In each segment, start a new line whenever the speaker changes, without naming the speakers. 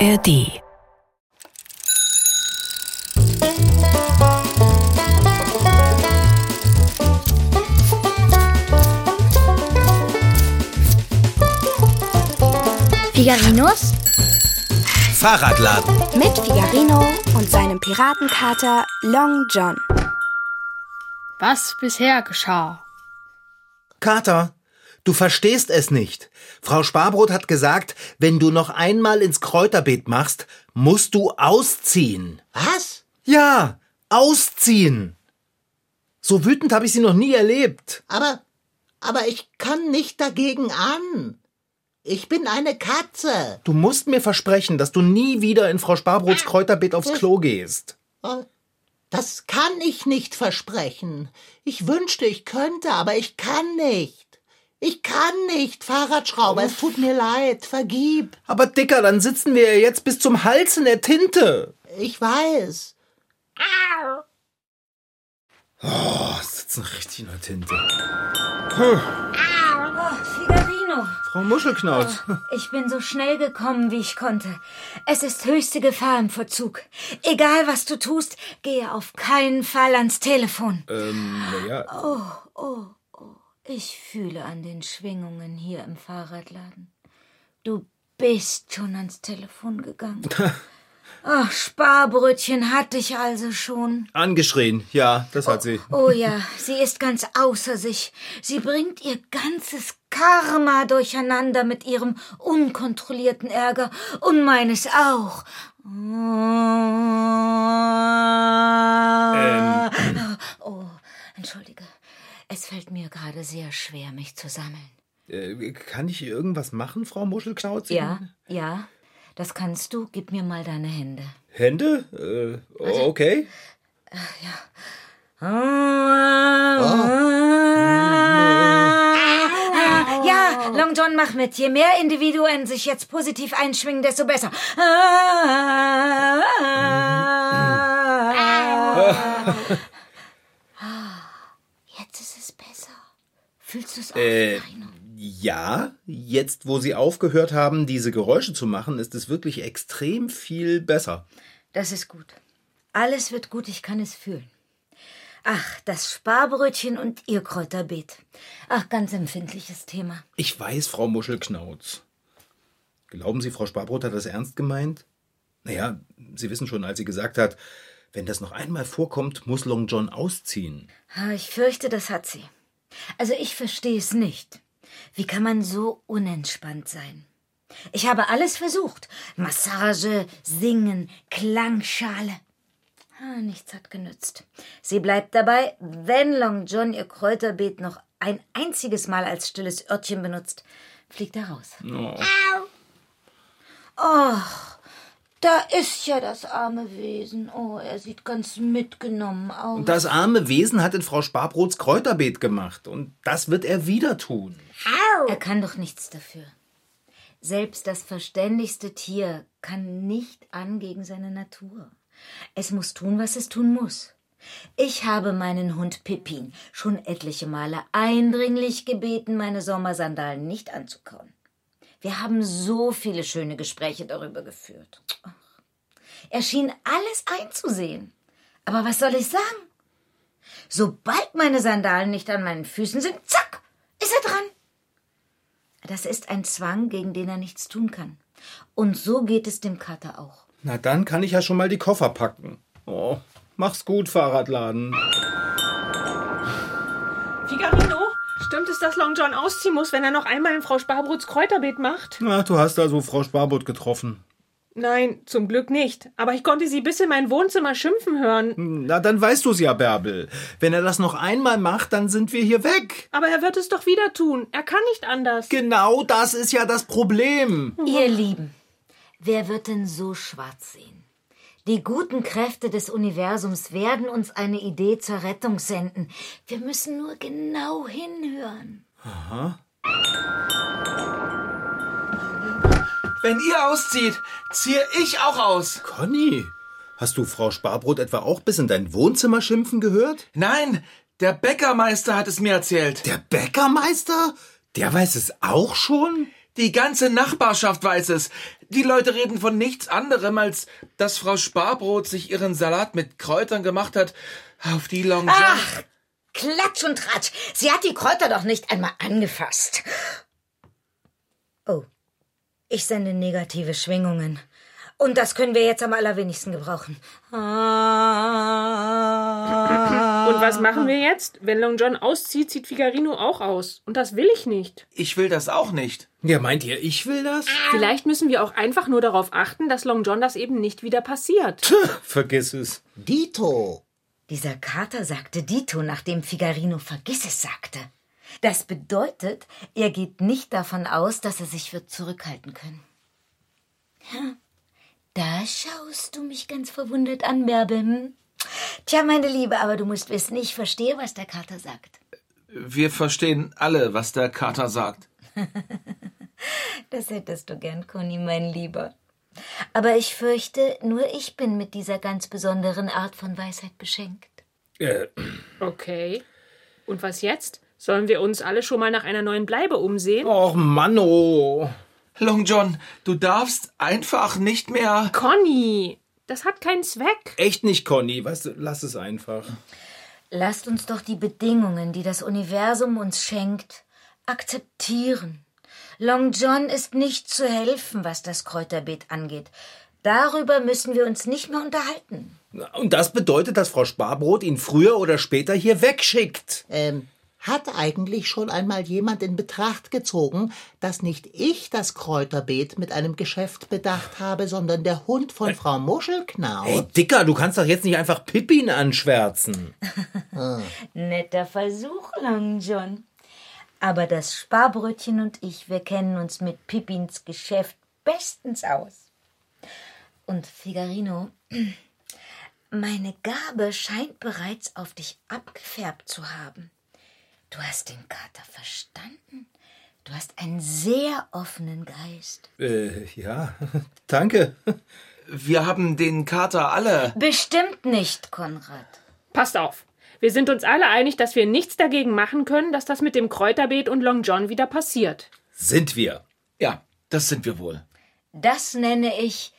ARD.
Figarinos
Fahrradladen.
mit Figarino und seinem Piratenkater Long John.
Was bisher geschah.
Kater, du verstehst es nicht. Frau Sparbrot hat gesagt, wenn du noch einmal ins Kräuterbeet machst, musst du ausziehen.
Was?
Ja, ausziehen. So wütend habe ich sie noch nie erlebt.
Aber, aber ich kann nicht dagegen an. Ich bin eine Katze.
Du musst mir versprechen, dass du nie wieder in Frau Sparbrots Kräuterbeet aufs Klo gehst.
Oh, Das kann ich nicht versprechen. Ich wünschte, ich könnte, aber ich kann nicht. Ich kann nicht, Fahrradschrauber. Es tut mir leid. Vergib.
Aber Dicker, dann sitzen wir ja jetzt bis zum Hals in der Tinte.
Ich weiß.
Oh, sitzen richtig in der Tinte.
Figarino,
Frau Muschelknauz.
ich bin so schnell gekommen, wie ich konnte. Es ist höchste Gefahr im Verzug. Egal, was du tust, gehe auf keinen Fall ans Telefon.
Ähm, naja.
Ich fühle an den Schwingungen hier im Fahrradladen. Du bist schon ans Telefon gegangen. Ach, Sparbrötchen hatte ich also schon.
Angeschrien, ja, das hat sie.
Oh ja, sie ist ganz außer sich. Sie bringt ihr ganzes Karma durcheinander mit ihrem unkontrollierten Ärger und meines auch.
Ähm.
Oh, entschuldige. Es fällt mir gerade sehr schwer, mich zu sammeln.
Äh, kann ich irgendwas machen, Frau Muschelknauz?
Ja, ja, das kannst du. Gib mir mal deine Hände.
Hände? Äh, okay.
Ah. Ja, Long John, mach mit. Je mehr Individuen sich jetzt positiv einschwingen, desto besser. Ah. Jetzt ist es besser. Fühlst du es auch?
Äh,
Nein.
ja, jetzt wo sie aufgehört haben, diese Geräusche zu machen, ist es wirklich extrem viel besser.
Das ist gut. Alles wird gut, ich kann es fühlen. Ach, das Sparbrötchen und ihr Kräuterbeet. Ach, ganz empfindliches Thema.
Ich weiß, Frau Muschelknauz. Glauben Sie, Frau Sparbrot hat das ernst gemeint? Naja, Sie wissen schon, als sie gesagt hat, wenn das noch einmal vorkommt, muss Long John ausziehen.
Ah, Ich fürchte, das hat sie. Also ich verstehe es nicht. Wie kann man so unentspannt sein? Ich habe alles versucht. Massage, Singen, Klangschale. Ah, Nichts hat genützt. Sie bleibt dabei, wenn Long John ihr Kräuterbeet noch ein einziges Mal als stilles Örtchen benutzt, fliegt er raus. Ach, da ist ja das arme Wesen. Oh, er sieht ganz mitgenommen aus.
Das arme Wesen hat in Frau Sparbrots Kräuterbeet gemacht und das wird er wieder tun.
Er kann doch nichts dafür. Selbst das verständigste Tier kann nicht an gegen seine Natur. Es muss tun, was es tun muss. Ich habe meinen Hund Pippin schon etliche Male eindringlich gebeten, meine Sommersandalen nicht anzukauen. Wir haben so viele schöne Gespräche darüber geführt. Ach, Er schien alles einzusehen. Aber was soll ich sagen? Sobald meine Sandalen nicht an meinen Füßen sind, zack, ist er dran. Das ist ein Zwang, gegen den er nichts tun kann. Und so geht es dem Kater auch.
Na dann kann ich ja schon mal die Koffer packen. Oh, mach's gut, Fahrradladen.
Figarino, stimmt es, dass Long John ausziehen muss, wenn er noch einmal in Frau Sparbrots Kräuterbeet macht?
Na, du hast also Frau Sparbot getroffen.
Nein, zum Glück nicht. Aber ich konnte sie bis in mein Wohnzimmer schimpfen hören.
Na, dann weißt du's ja, Bärbel. Wenn er das noch einmal macht, dann sind wir hier weg.
Aber er wird es doch wieder tun. Er kann nicht anders.
Genau das ist ja das Problem.
Ihr Lieben, wer wird denn so schwarz sehen? Die guten Kräfte des Universums werden uns eine Idee zur Rettung senden. Wir müssen nur genau hinhören.
Wenn ihr auszieht, ziehe ich auch aus.
Conny, hast du Frau Sparbrot etwa auch bis in dein Wohnzimmer schimpfen gehört?
Nein, der Bäckermeister hat es mir erzählt.
Der Bäckermeister? Der weiß es auch schon?
Die ganze Nachbarschaft weiß es. Die Leute reden von nichts anderem, als dass Frau Sparbrot sich ihren Salat mit Kräutern gemacht hat. Auf die Long John.
Ach, Klatsch und Tratsch. Sie hat die Kräuter doch nicht einmal angefasst. Oh, ich sende negative Schwingungen. Und das können wir jetzt am allerwenigsten gebrauchen. Ah.
Und was machen wir jetzt? Wenn Long John auszieht, zieht Figarino auch aus. Und das will ich nicht.
Ich will das auch nicht.
Ja, meint ihr, ich will das?
Vielleicht müssen wir auch einfach nur darauf achten, dass Long John das eben nicht wieder passiert.
Vergiss es.
Dito.
Dieser Kater sagte Dito, nachdem Figarino vergiss es sagte. Das bedeutet, er geht nicht davon aus, dass er sich wird zurückhalten können. Ja, Da schaust du mich ganz verwundert an, Bärbel. hm? Tja, meine Liebe, aber du musst wissen, ich verstehe, was der Kater sagt.
Wir verstehen alle, was der Kater sagt.
Das hättest du gern, Conny, mein Lieber. Aber ich fürchte, nur ich bin mit dieser ganz besonderen Art von Weisheit beschenkt.
Äh,
Okay. Und was jetzt? Sollen wir uns alle schon mal nach einer neuen Bleibe umsehen?
och, Mann, oh.
Long John, du darfst einfach nicht mehr.
Conny, das hat keinen Zweck.
Echt nicht, Conny. Weißt du, lass es einfach.
Lasst uns doch die Bedingungen, die das Universum uns schenkt, akzeptieren. Long John ist nicht zu helfen, was das Kräuterbeet angeht. Darüber müssen wir uns nicht mehr unterhalten.
Und das bedeutet, dass Frau Sparbrot ihn früher oder später hier wegschickt.
Ähm, hat eigentlich schon einmal jemand in Betracht gezogen, dass nicht ich das Kräuterbeet mit einem Geschäft bedacht habe, sondern der Hund von Frau
Ey,
Muschelknaut?
Dicker, du kannst doch jetzt nicht einfach Pippin anschwärzen.
Netter Versuch, Long John. Aber das Sparbrötchen und ich, wir kennen uns mit Pippins Geschäft bestens aus. Und Figarino, meine Gabe scheint bereits auf dich abgefärbt zu haben. Du hast den Kater verstanden. Du hast einen sehr offenen Geist.
Äh, ja, danke.
Wir haben den Kater alle.
Bestimmt nicht, Konrad.
Passt auf. Wir sind uns alle einig, dass wir nichts dagegen machen können, dass das mit dem Kräuterbeet und Long John wieder passiert.
Sind wir.
Ja, das sind wir wohl.
Das nenne ich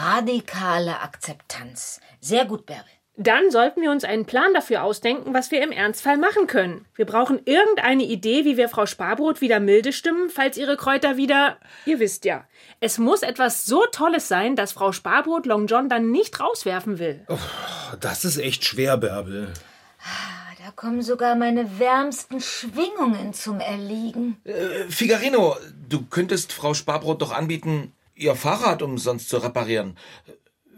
radikale Akzeptanz. Sehr gut, Bärbel.
Dann sollten wir uns einen Plan dafür ausdenken, was wir im Ernstfall machen können. Wir brauchen irgendeine Idee, wie wir Frau Sparbrot wieder milde stimmen, falls ihre Kräuter wieder. Ihr wisst ja. Es muss etwas so Tolles sein, dass Frau Sparbrot Long John dann nicht rauswerfen will.
Das ist echt schwer, Bärbel.
Da kommen sogar meine wärmsten Schwingungen zum Erliegen.
Figarino, du könntest Frau Sparbrot doch anbieten, ihr Fahrrad umsonst zu reparieren.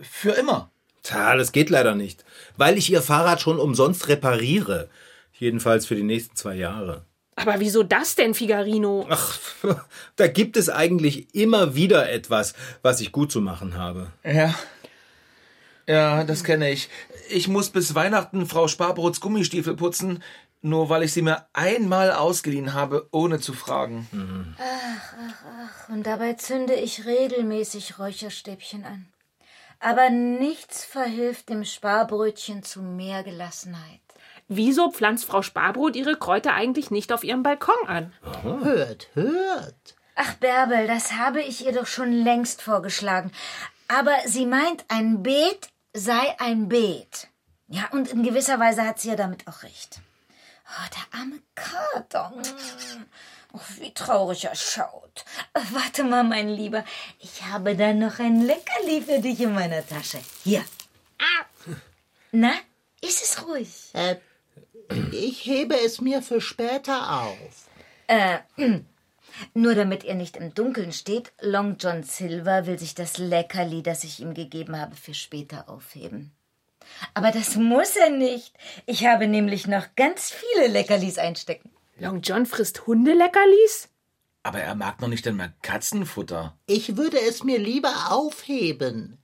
Für immer.
Tja, das geht leider nicht, weil ich ihr Fahrrad schon umsonst repariere. Jedenfalls für die nächsten zwei Jahre.
Aber wieso das denn, Figarino?
Ach, da gibt es eigentlich immer wieder etwas, was ich gut zu machen habe.
Ja. Ja, das kenne ich. Ich muss bis Weihnachten Frau Sparbrots Gummistiefel putzen, nur weil ich sie mir einmal ausgeliehen habe, ohne zu fragen.
Und dabei zünde ich regelmäßig Räucherstäbchen an. Aber nichts verhilft dem Sparbrötchen zu mehr Gelassenheit.
Wieso pflanzt Frau Sparbrot ihre Kräuter eigentlich nicht auf ihrem Balkon an?
Hört, hört.
Ach, Bärbel, das habe ich ihr doch schon längst vorgeschlagen. Aber sie meint, ein Beet sei ein Beet. Ja, und in gewisser Weise hat sie ja damit auch recht. Oh, der arme Kater. Oh, wie traurig er schaut. Warte mal, mein Lieber. Ich habe da noch ein Leckerli für dich in meiner Tasche. Hier. Ah. Na, ist es ruhig?
Äh, ich hebe es mir für später auf.
Nur damit ihr nicht im Dunkeln steht, Long John Silver will sich das Leckerli, das ich ihm gegeben habe, für später aufheben. Aber das muss er nicht. Ich habe nämlich noch ganz viele Leckerlis einstecken.
Long John frisst Hundeleckerlis?
Aber er mag noch nicht einmal Katzenfutter.
Ich würde es mir lieber aufheben.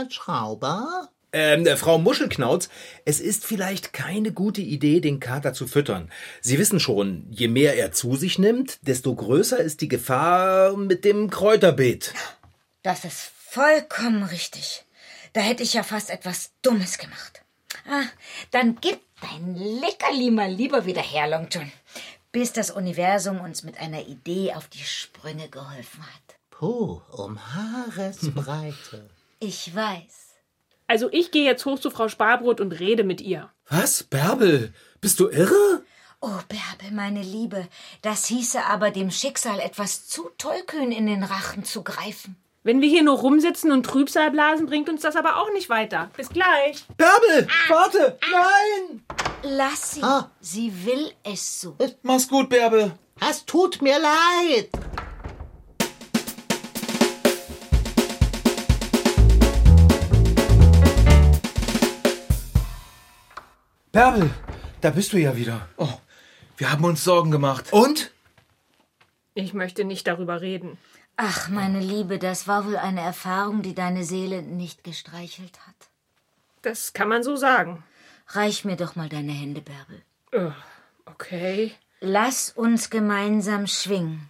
Fahrradschrauber?
Ähm, der Frau Muschelknauz, es ist vielleicht keine gute Idee, den Kater zu füttern. Sie wissen schon, je mehr er zu sich nimmt, desto größer ist die Gefahr mit dem Kräuterbeet.
Das ist vollkommen richtig. Da hätte ich ja fast etwas Dummes gemacht. Ah, dann gib dein Leckerli mal lieber wieder her, Long John, bis das Universum uns mit einer Idee auf die Sprünge geholfen hat.
Puh, um Haaresbreite.
Ich weiß.
Also ich gehe jetzt hoch zu Frau Sparbrot und rede mit ihr.
Was, Bärbel? Bist du irre?
Oh, Bärbel, meine Liebe, das hieße aber dem Schicksal etwas zu tollkühn in den Rachen zu greifen.
Wenn wir hier nur rumsitzen und Trübsal blasen, bringt uns das aber auch nicht weiter. Bis gleich.
Bärbel! Warte! Nein!
Lass sie.
Ah.
Sie will es so.
Mach's gut, Bärbel.
Es tut mir leid.
Bärbel, da bist du ja wieder.
Oh, wir haben uns Sorgen gemacht.
Und?
Ich möchte nicht darüber reden.
Ach, meine Liebe, das war wohl eine Erfahrung, die deine Seele nicht gestreichelt hat.
Das kann man so sagen.
Reich mir doch mal deine Hände, Bärbel.
Äh, Okay.
Lass uns gemeinsam schwingen.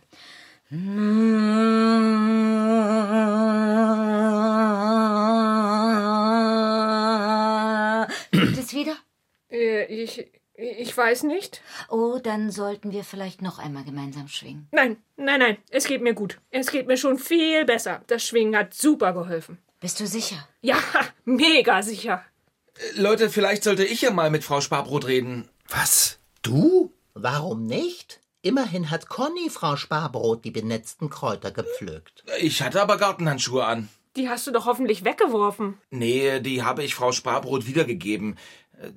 Gibt es wieder?
Äh, Ich, ich weiß nicht.
Oh, dann sollten wir vielleicht noch einmal gemeinsam schwingen.
Nein, nein, nein. Es geht mir gut. Es geht mir schon viel besser. Das Schwingen hat super geholfen.
Bist du sicher?
Ja, mega sicher.
Leute, vielleicht sollte ich ja mal mit Frau Sparbrot reden.
Was? Du?
Warum nicht? Immerhin hat Conny Frau Sparbrot die benetzten Kräuter gepflückt.
Ich hatte aber Gartenhandschuhe an.
Die hast du doch hoffentlich weggeworfen.
Nee, die habe ich Frau Sparbrot wiedergegeben. Äh,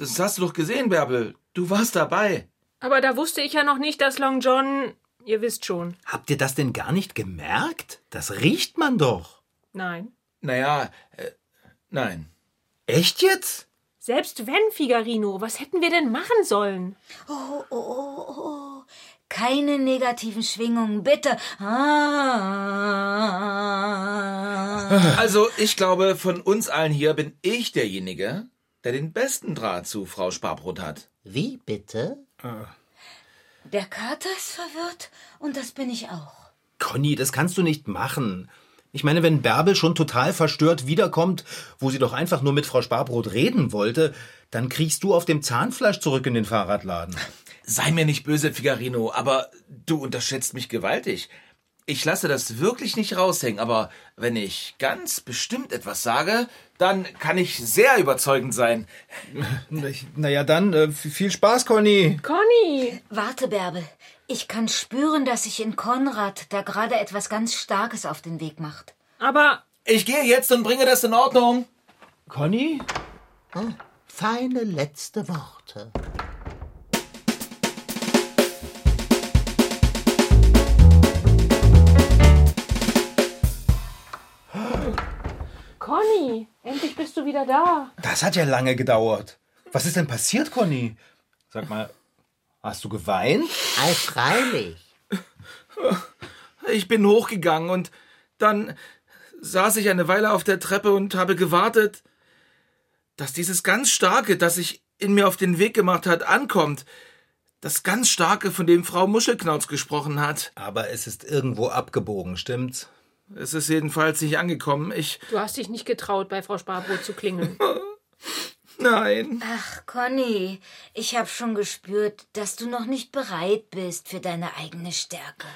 Das hast du doch gesehen, Bärbel. Du warst dabei.
Aber da wusste ich ja noch nicht, dass Long John. Ihr wisst schon.
Habt ihr das denn gar nicht gemerkt? Das riecht man doch.
Nein.
Naja, äh, nein.
Echt jetzt?
Selbst wenn, Figarino, was hätten wir denn machen sollen?
Oh, oh, oh, oh, oh. Keine negativen Schwingungen, bitte. Ah.
Also, ich glaube, von uns allen hier bin ich derjenige, der den besten Draht zu Frau Sparbrot hat.
Wie bitte?
Der Kater ist verwirrt und das bin ich auch.
Conny, das kannst du nicht machen. Ich meine, wenn Bärbel schon total verstört wiederkommt, wo sie doch einfach nur mit Frau Sparbrot reden wollte, dann kriegst du auf dem Zahnfleisch zurück in den Fahrradladen.
Sei mir nicht böse, Figarino, aber du unterschätzt mich gewaltig. Ich lasse das wirklich nicht raushängen, aber wenn ich ganz bestimmt etwas sage, dann kann ich sehr überzeugend sein.
Naja, dann äh, f- viel Spaß, Conny.
Conny!
Warte, Bärbel. Ich kann spüren, dass sich in Konrad da gerade etwas ganz Starkes auf den Weg macht.
Aber
Ich gehe jetzt und bringe das in Ordnung.
Conny?
Oh, feine letzte Worte.
Conny, endlich bist du wieder da.
Das hat ja lange gedauert. Was ist denn passiert, Conny? Sag mal, hast du geweint?
Ei, freilich.
Ich bin hochgegangen und dann saß ich eine Weile auf der Treppe und habe gewartet, dass dieses ganz Starke, das sich in mir auf den Weg gemacht hat, ankommt. Das ganz Starke, von dem Frau Muschelknauz gesprochen hat.
Aber es ist irgendwo abgebogen, stimmt's?
Es ist jedenfalls nicht angekommen. Ich.
Du hast dich nicht getraut, bei Frau Sparbrot zu klingeln.
Nein.
Ach, Conny, ich habe schon gespürt, dass du noch nicht bereit bist für deine eigene Stärke.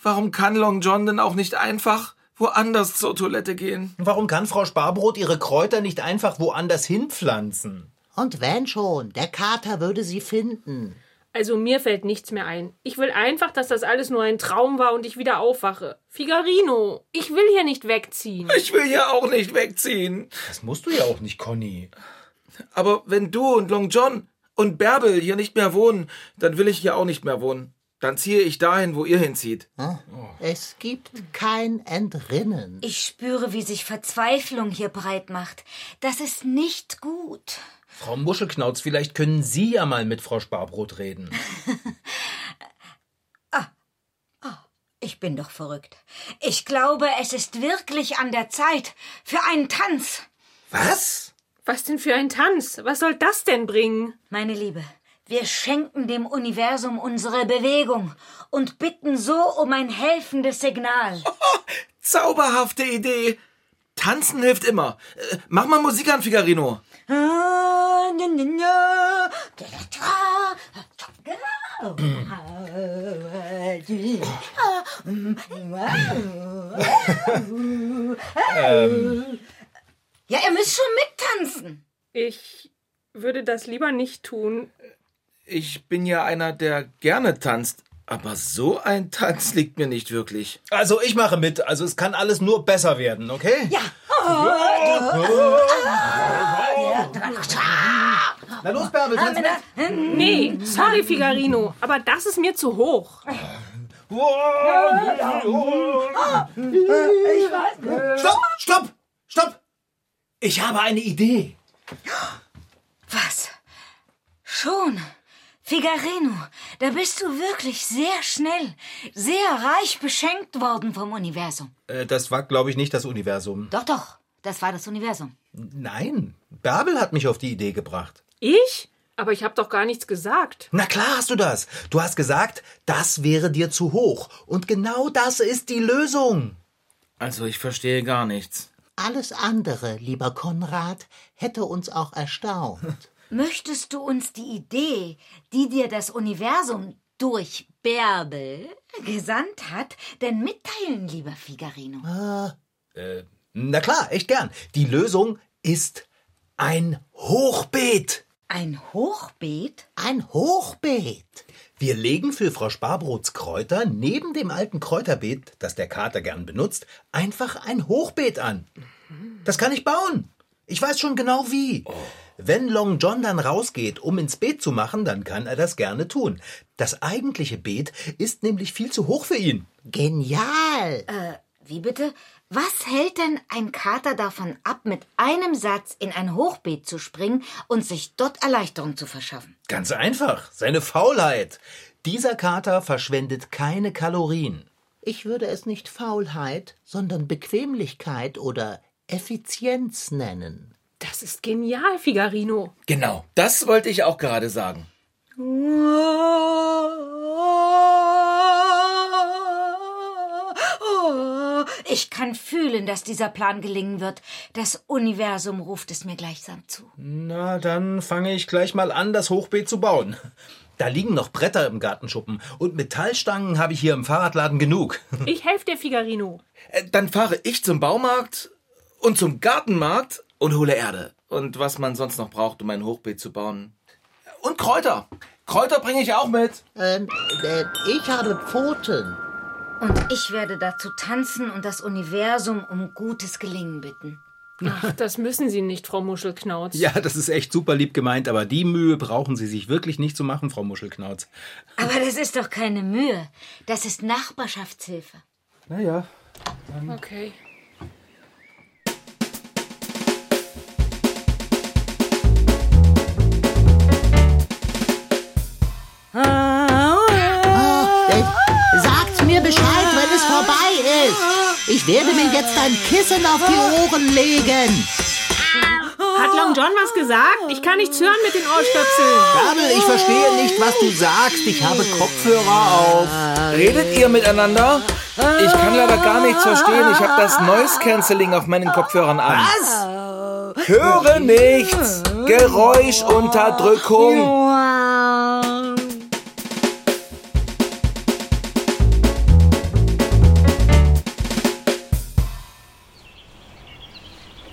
Warum kann Long John denn auch nicht einfach woanders zur Toilette gehen?
Warum kann Frau Sparbrot ihre Kräuter nicht einfach woanders hinpflanzen?
Und wenn schon, der Kater würde sie finden.
Also mir fällt nichts mehr ein. Ich will einfach, dass das alles nur ein Traum war und ich wieder aufwache. Figarino, ich will hier nicht wegziehen.
Ich will ja auch nicht wegziehen.
Das musst du ja auch nicht, Conny.
Aber wenn du und Long John und Bärbel hier nicht mehr wohnen, dann will ich hier auch nicht mehr wohnen. Dann ziehe ich dahin, wo ihr hinzieht.
Es gibt kein Entrinnen.
Ich spüre, wie sich Verzweiflung hier breit macht. Das ist nicht gut.
Frau Muschelknauz, vielleicht können Sie ja mal mit Frau Sparbrot reden.
Ich bin doch verrückt. Ich glaube, es ist wirklich an der Zeit für einen Tanz.
Was?
Was denn für ein Tanz? Was soll das denn bringen?
Meine Liebe, wir schenken dem Universum unsere Bewegung und bitten so um ein helfendes Signal.
Zauberhafte Idee. Tanzen hilft immer. Äh, Mach mal Musik an, Figarino.
Ah, na, na, na. Da, da, da. Da, da. Ähm. Ja, ihr müsst schon mittanzen.
Ich würde das lieber nicht tun.
Ich bin ja einer, der gerne tanzt, aber so ein Tanz liegt mir nicht wirklich.
Also ich mache mit. Also es kann alles nur besser werden, okay? Ja. Na los, Bärbel, tanz mit.
Nee, sorry, Figarino, aber das ist mir zu hoch.
Stopp, stopp, stopp. Ich habe eine Idee.
Was? Schon? Figarino, da bist du wirklich sehr schnell, sehr reich beschenkt worden vom Universum.
Äh, Das war, glaube ich, nicht das Universum.
Doch, doch, das war das Universum.
Nein, Bärbel hat mich auf die Idee gebracht.
Ich? Aber ich habe doch gar nichts gesagt.
Na klar hast du das. Du hast gesagt, das wäre dir zu hoch. Und genau das ist die Lösung.
Also ich verstehe gar nichts.
Alles andere, lieber Konrad, hätte uns auch erstaunt.
Möchtest du uns die Idee, die dir das Universum durch Bärbel gesandt hat, denn mitteilen, lieber Figarino?
Na klar, echt gern. Die Lösung ist ein Hochbeet.
Ein Hochbeet?
Ein Hochbeet.
Wir legen für Frau Sparbrots Kräuter neben dem alten Kräuterbeet, das der Kater gern benutzt, einfach ein Hochbeet an. Das kann ich bauen. Ich weiß schon genau wie. Wenn Long John dann rausgeht, um ins Beet zu machen, dann kann er das gerne tun. Das eigentliche Beet ist nämlich viel zu hoch für ihn.
Genial.
Wie bitte? Was hält denn ein Kater davon ab, mit einem Satz in ein Hochbeet zu springen und sich dort Erleichterung zu verschaffen?
Ganz einfach, seine Faulheit. Dieser Kater verschwendet keine Kalorien.
Ich würde es nicht Faulheit, sondern Bequemlichkeit oder Effizienz nennen.
Das ist genial, Figarino.
Genau, das wollte ich auch gerade sagen.
Oh, oh. Ich kann fühlen, dass dieser Plan gelingen wird. Das Universum ruft es mir gleichsam zu.
Na, dann fange ich gleich mal an, das Hochbeet zu bauen. Da liegen noch Bretter im Gartenschuppen und Metallstangen habe ich hier im Fahrradladen genug.
Ich helfe dir, Figarino.
Äh, Dann fahre ich zum Baumarkt und zum Gartenmarkt und hole Erde. Und was man sonst noch braucht, um ein Hochbeet zu bauen. Und Kräuter. Kräuter bringe ich auch mit.
Ähm, äh, ich habe Pfoten.
Und ich werde dazu tanzen und das Universum um gutes Gelingen bitten.
Ach, das müssen Sie nicht, Frau Muschelknauz.
Ja, das ist echt super lieb gemeint, aber die Mühe brauchen Sie sich wirklich nicht zu machen, Frau Muschelknauz.
Aber das ist doch keine Mühe. Das ist Nachbarschaftshilfe.
Naja.
Okay.
Äh, Sagt mir Bescheid, wenn es vorbei ist. Ich werde mir jetzt ein Kissen auf die Ohren legen.
Hat Long John was gesagt? Ich kann nichts hören mit den Ohrstöpseln.
Bärbel, ich verstehe nicht, was du sagst. Ich habe Kopfhörer auf.
Redet ihr miteinander? Ich kann leider gar nichts verstehen. Ich habe das Noise Cancelling auf meinen Kopfhörern an. Was? Höre nichts. Geräuschunterdrückung.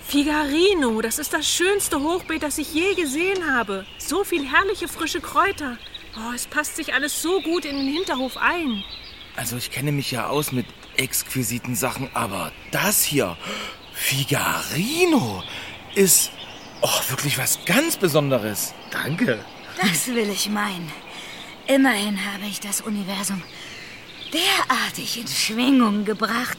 Figarino, das ist das schönste Hochbeet, das ich je gesehen habe. So viel herrliche frische Kräuter. Oh, es passt sich alles so gut in den Hinterhof ein.
Also ich kenne mich ja aus mit exquisiten Sachen, aber das hier, Figarino, ist oh, wirklich was ganz Besonderes.
Danke.
Das will ich meinen. Immerhin habe ich das Universum derartig in Schwingung gebracht,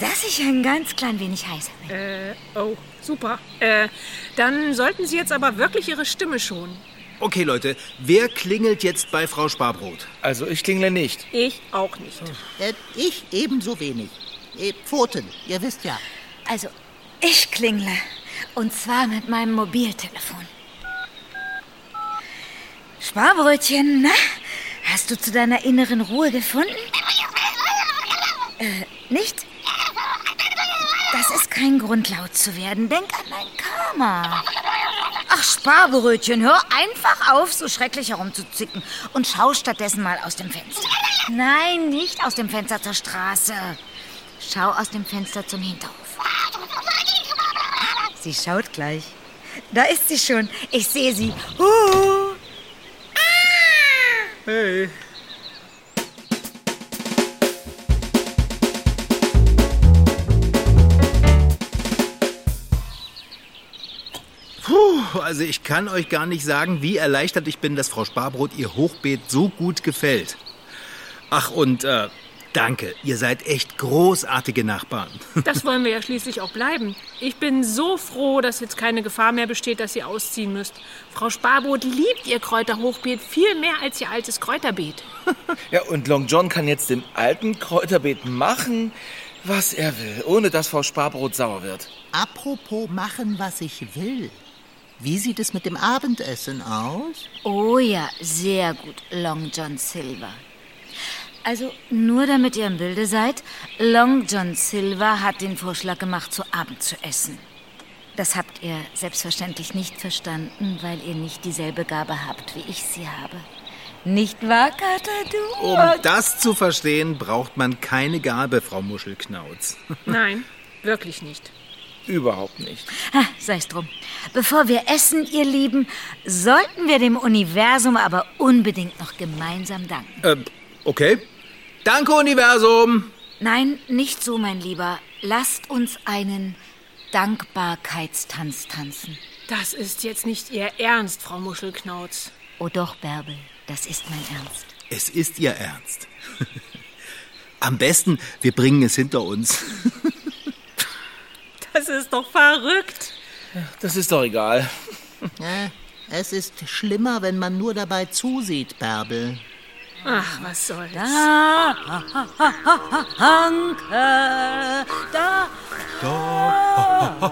dass ich ein ganz klein wenig heißer bin.
Äh, oh, super. Äh, dann sollten Sie jetzt aber wirklich Ihre Stimme schonen.
Okay, Leute, wer klingelt jetzt bei Frau Sparbrot?
Also ich klingle nicht.
Ich auch nicht.
Äh, ich ebenso wenig. Äh, Pfoten, ihr wisst ja.
Also, ich klingle. Und zwar mit meinem Mobiltelefon. Sparbrötchen, na? Hast du zu deiner inneren Ruhe gefunden? Äh, nicht? Das ist kein Grund, laut zu werden. Denk an dein Karma. Ach, Sparberötchen, hör einfach auf, so schrecklich herumzuzicken und schau stattdessen mal aus dem Fenster. Nein, nicht aus dem Fenster zur Straße. Schau aus dem Fenster zum Hinterhof. Sie schaut gleich. Da ist sie schon. Ich sehe sie. Huhu.
Hey.
Puh, also ich kann euch gar nicht sagen, wie erleichtert ich bin, dass Frau Sparbrot ihr Hochbeet so gut gefällt. Ach und äh, danke, ihr seid echt großartige Nachbarn.
Das wollen wir ja schließlich auch bleiben. Ich bin so froh, dass jetzt keine Gefahr mehr besteht, dass ihr ausziehen müsst. Frau Sparbrot liebt ihr Kräuterhochbeet viel mehr als ihr altes Kräuterbeet.
Ja, und Long John kann jetzt im alten Kräuterbeet machen, was er will, ohne dass Frau Sparbrot sauer wird.
Apropos machen, was ich will. Wie sieht es mit dem Abendessen aus?
Oh ja, sehr gut, Long John Silver. Also nur damit ihr im Bilde seid, Long John Silver hat den Vorschlag gemacht, zu Abend zu essen. Das habt ihr selbstverständlich nicht verstanden, weil ihr nicht dieselbe Gabe habt, wie ich sie habe. Nicht wahr, Kater, du?
Um das zu verstehen, braucht man keine Gabe, Frau Muschelknauz.
Nein, wirklich nicht.
Überhaupt nicht.
Ha, Sei's drum. Bevor wir essen, ihr Lieben, sollten wir dem Universum aber unbedingt noch gemeinsam danken.
Ähm, okay. Danke, Universum.
Nein, nicht so, mein Lieber. Lasst uns einen Dankbarkeitstanz tanzen.
Das ist jetzt nicht ihr Ernst, Frau Muschelknauz.
Oh doch, Bärbel, das ist mein Ernst.
Es ist ihr Ernst. Am besten, wir bringen es hinter uns.
Das ist doch verrückt.
Das ist doch egal.
Äh, es ist schlimmer, wenn man nur dabei zusieht, Bärbel.
Ach, was soll's.
Ah, Danke, da,
Danke.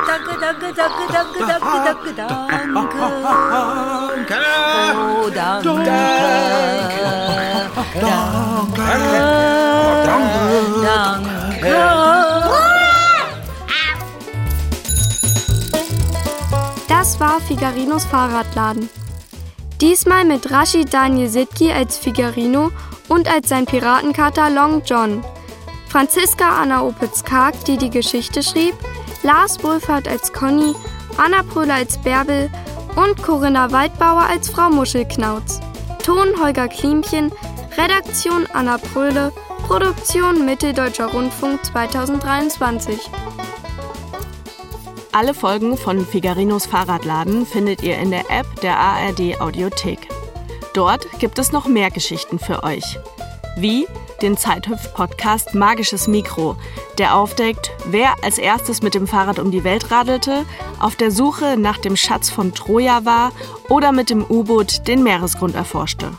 danke, danke, danke, danke, danke, danke, danke. Oh, danke.
Das war Figarinos Fahrradladen. Diesmal mit Rashid Daniel Sitki als Figarino und als sein Piratenkater Long John. Franziska Anna Opitz-Karg, die die Geschichte schrieb, Lars Wohlfahrt als Conny, Anna Brüller als Bärbel und Corinna Waldbauer als Frau Muschelknauz. Ton Holger Klimchen, Redaktion Anna Brülle, Produktion Mitteldeutscher Rundfunk 2023.
Alle Folgen von Figarinos Fahrradladen findet ihr in der App der ARD Audiothek. Dort gibt es noch mehr Geschichten für euch. Wie den Zeithüpf-Podcast Magisches Mikro, der aufdeckt, wer als erstes mit dem Fahrrad um die Welt radelte, auf der Suche nach dem Schatz von Troja war oder mit dem U-Boot den Meeresgrund erforschte.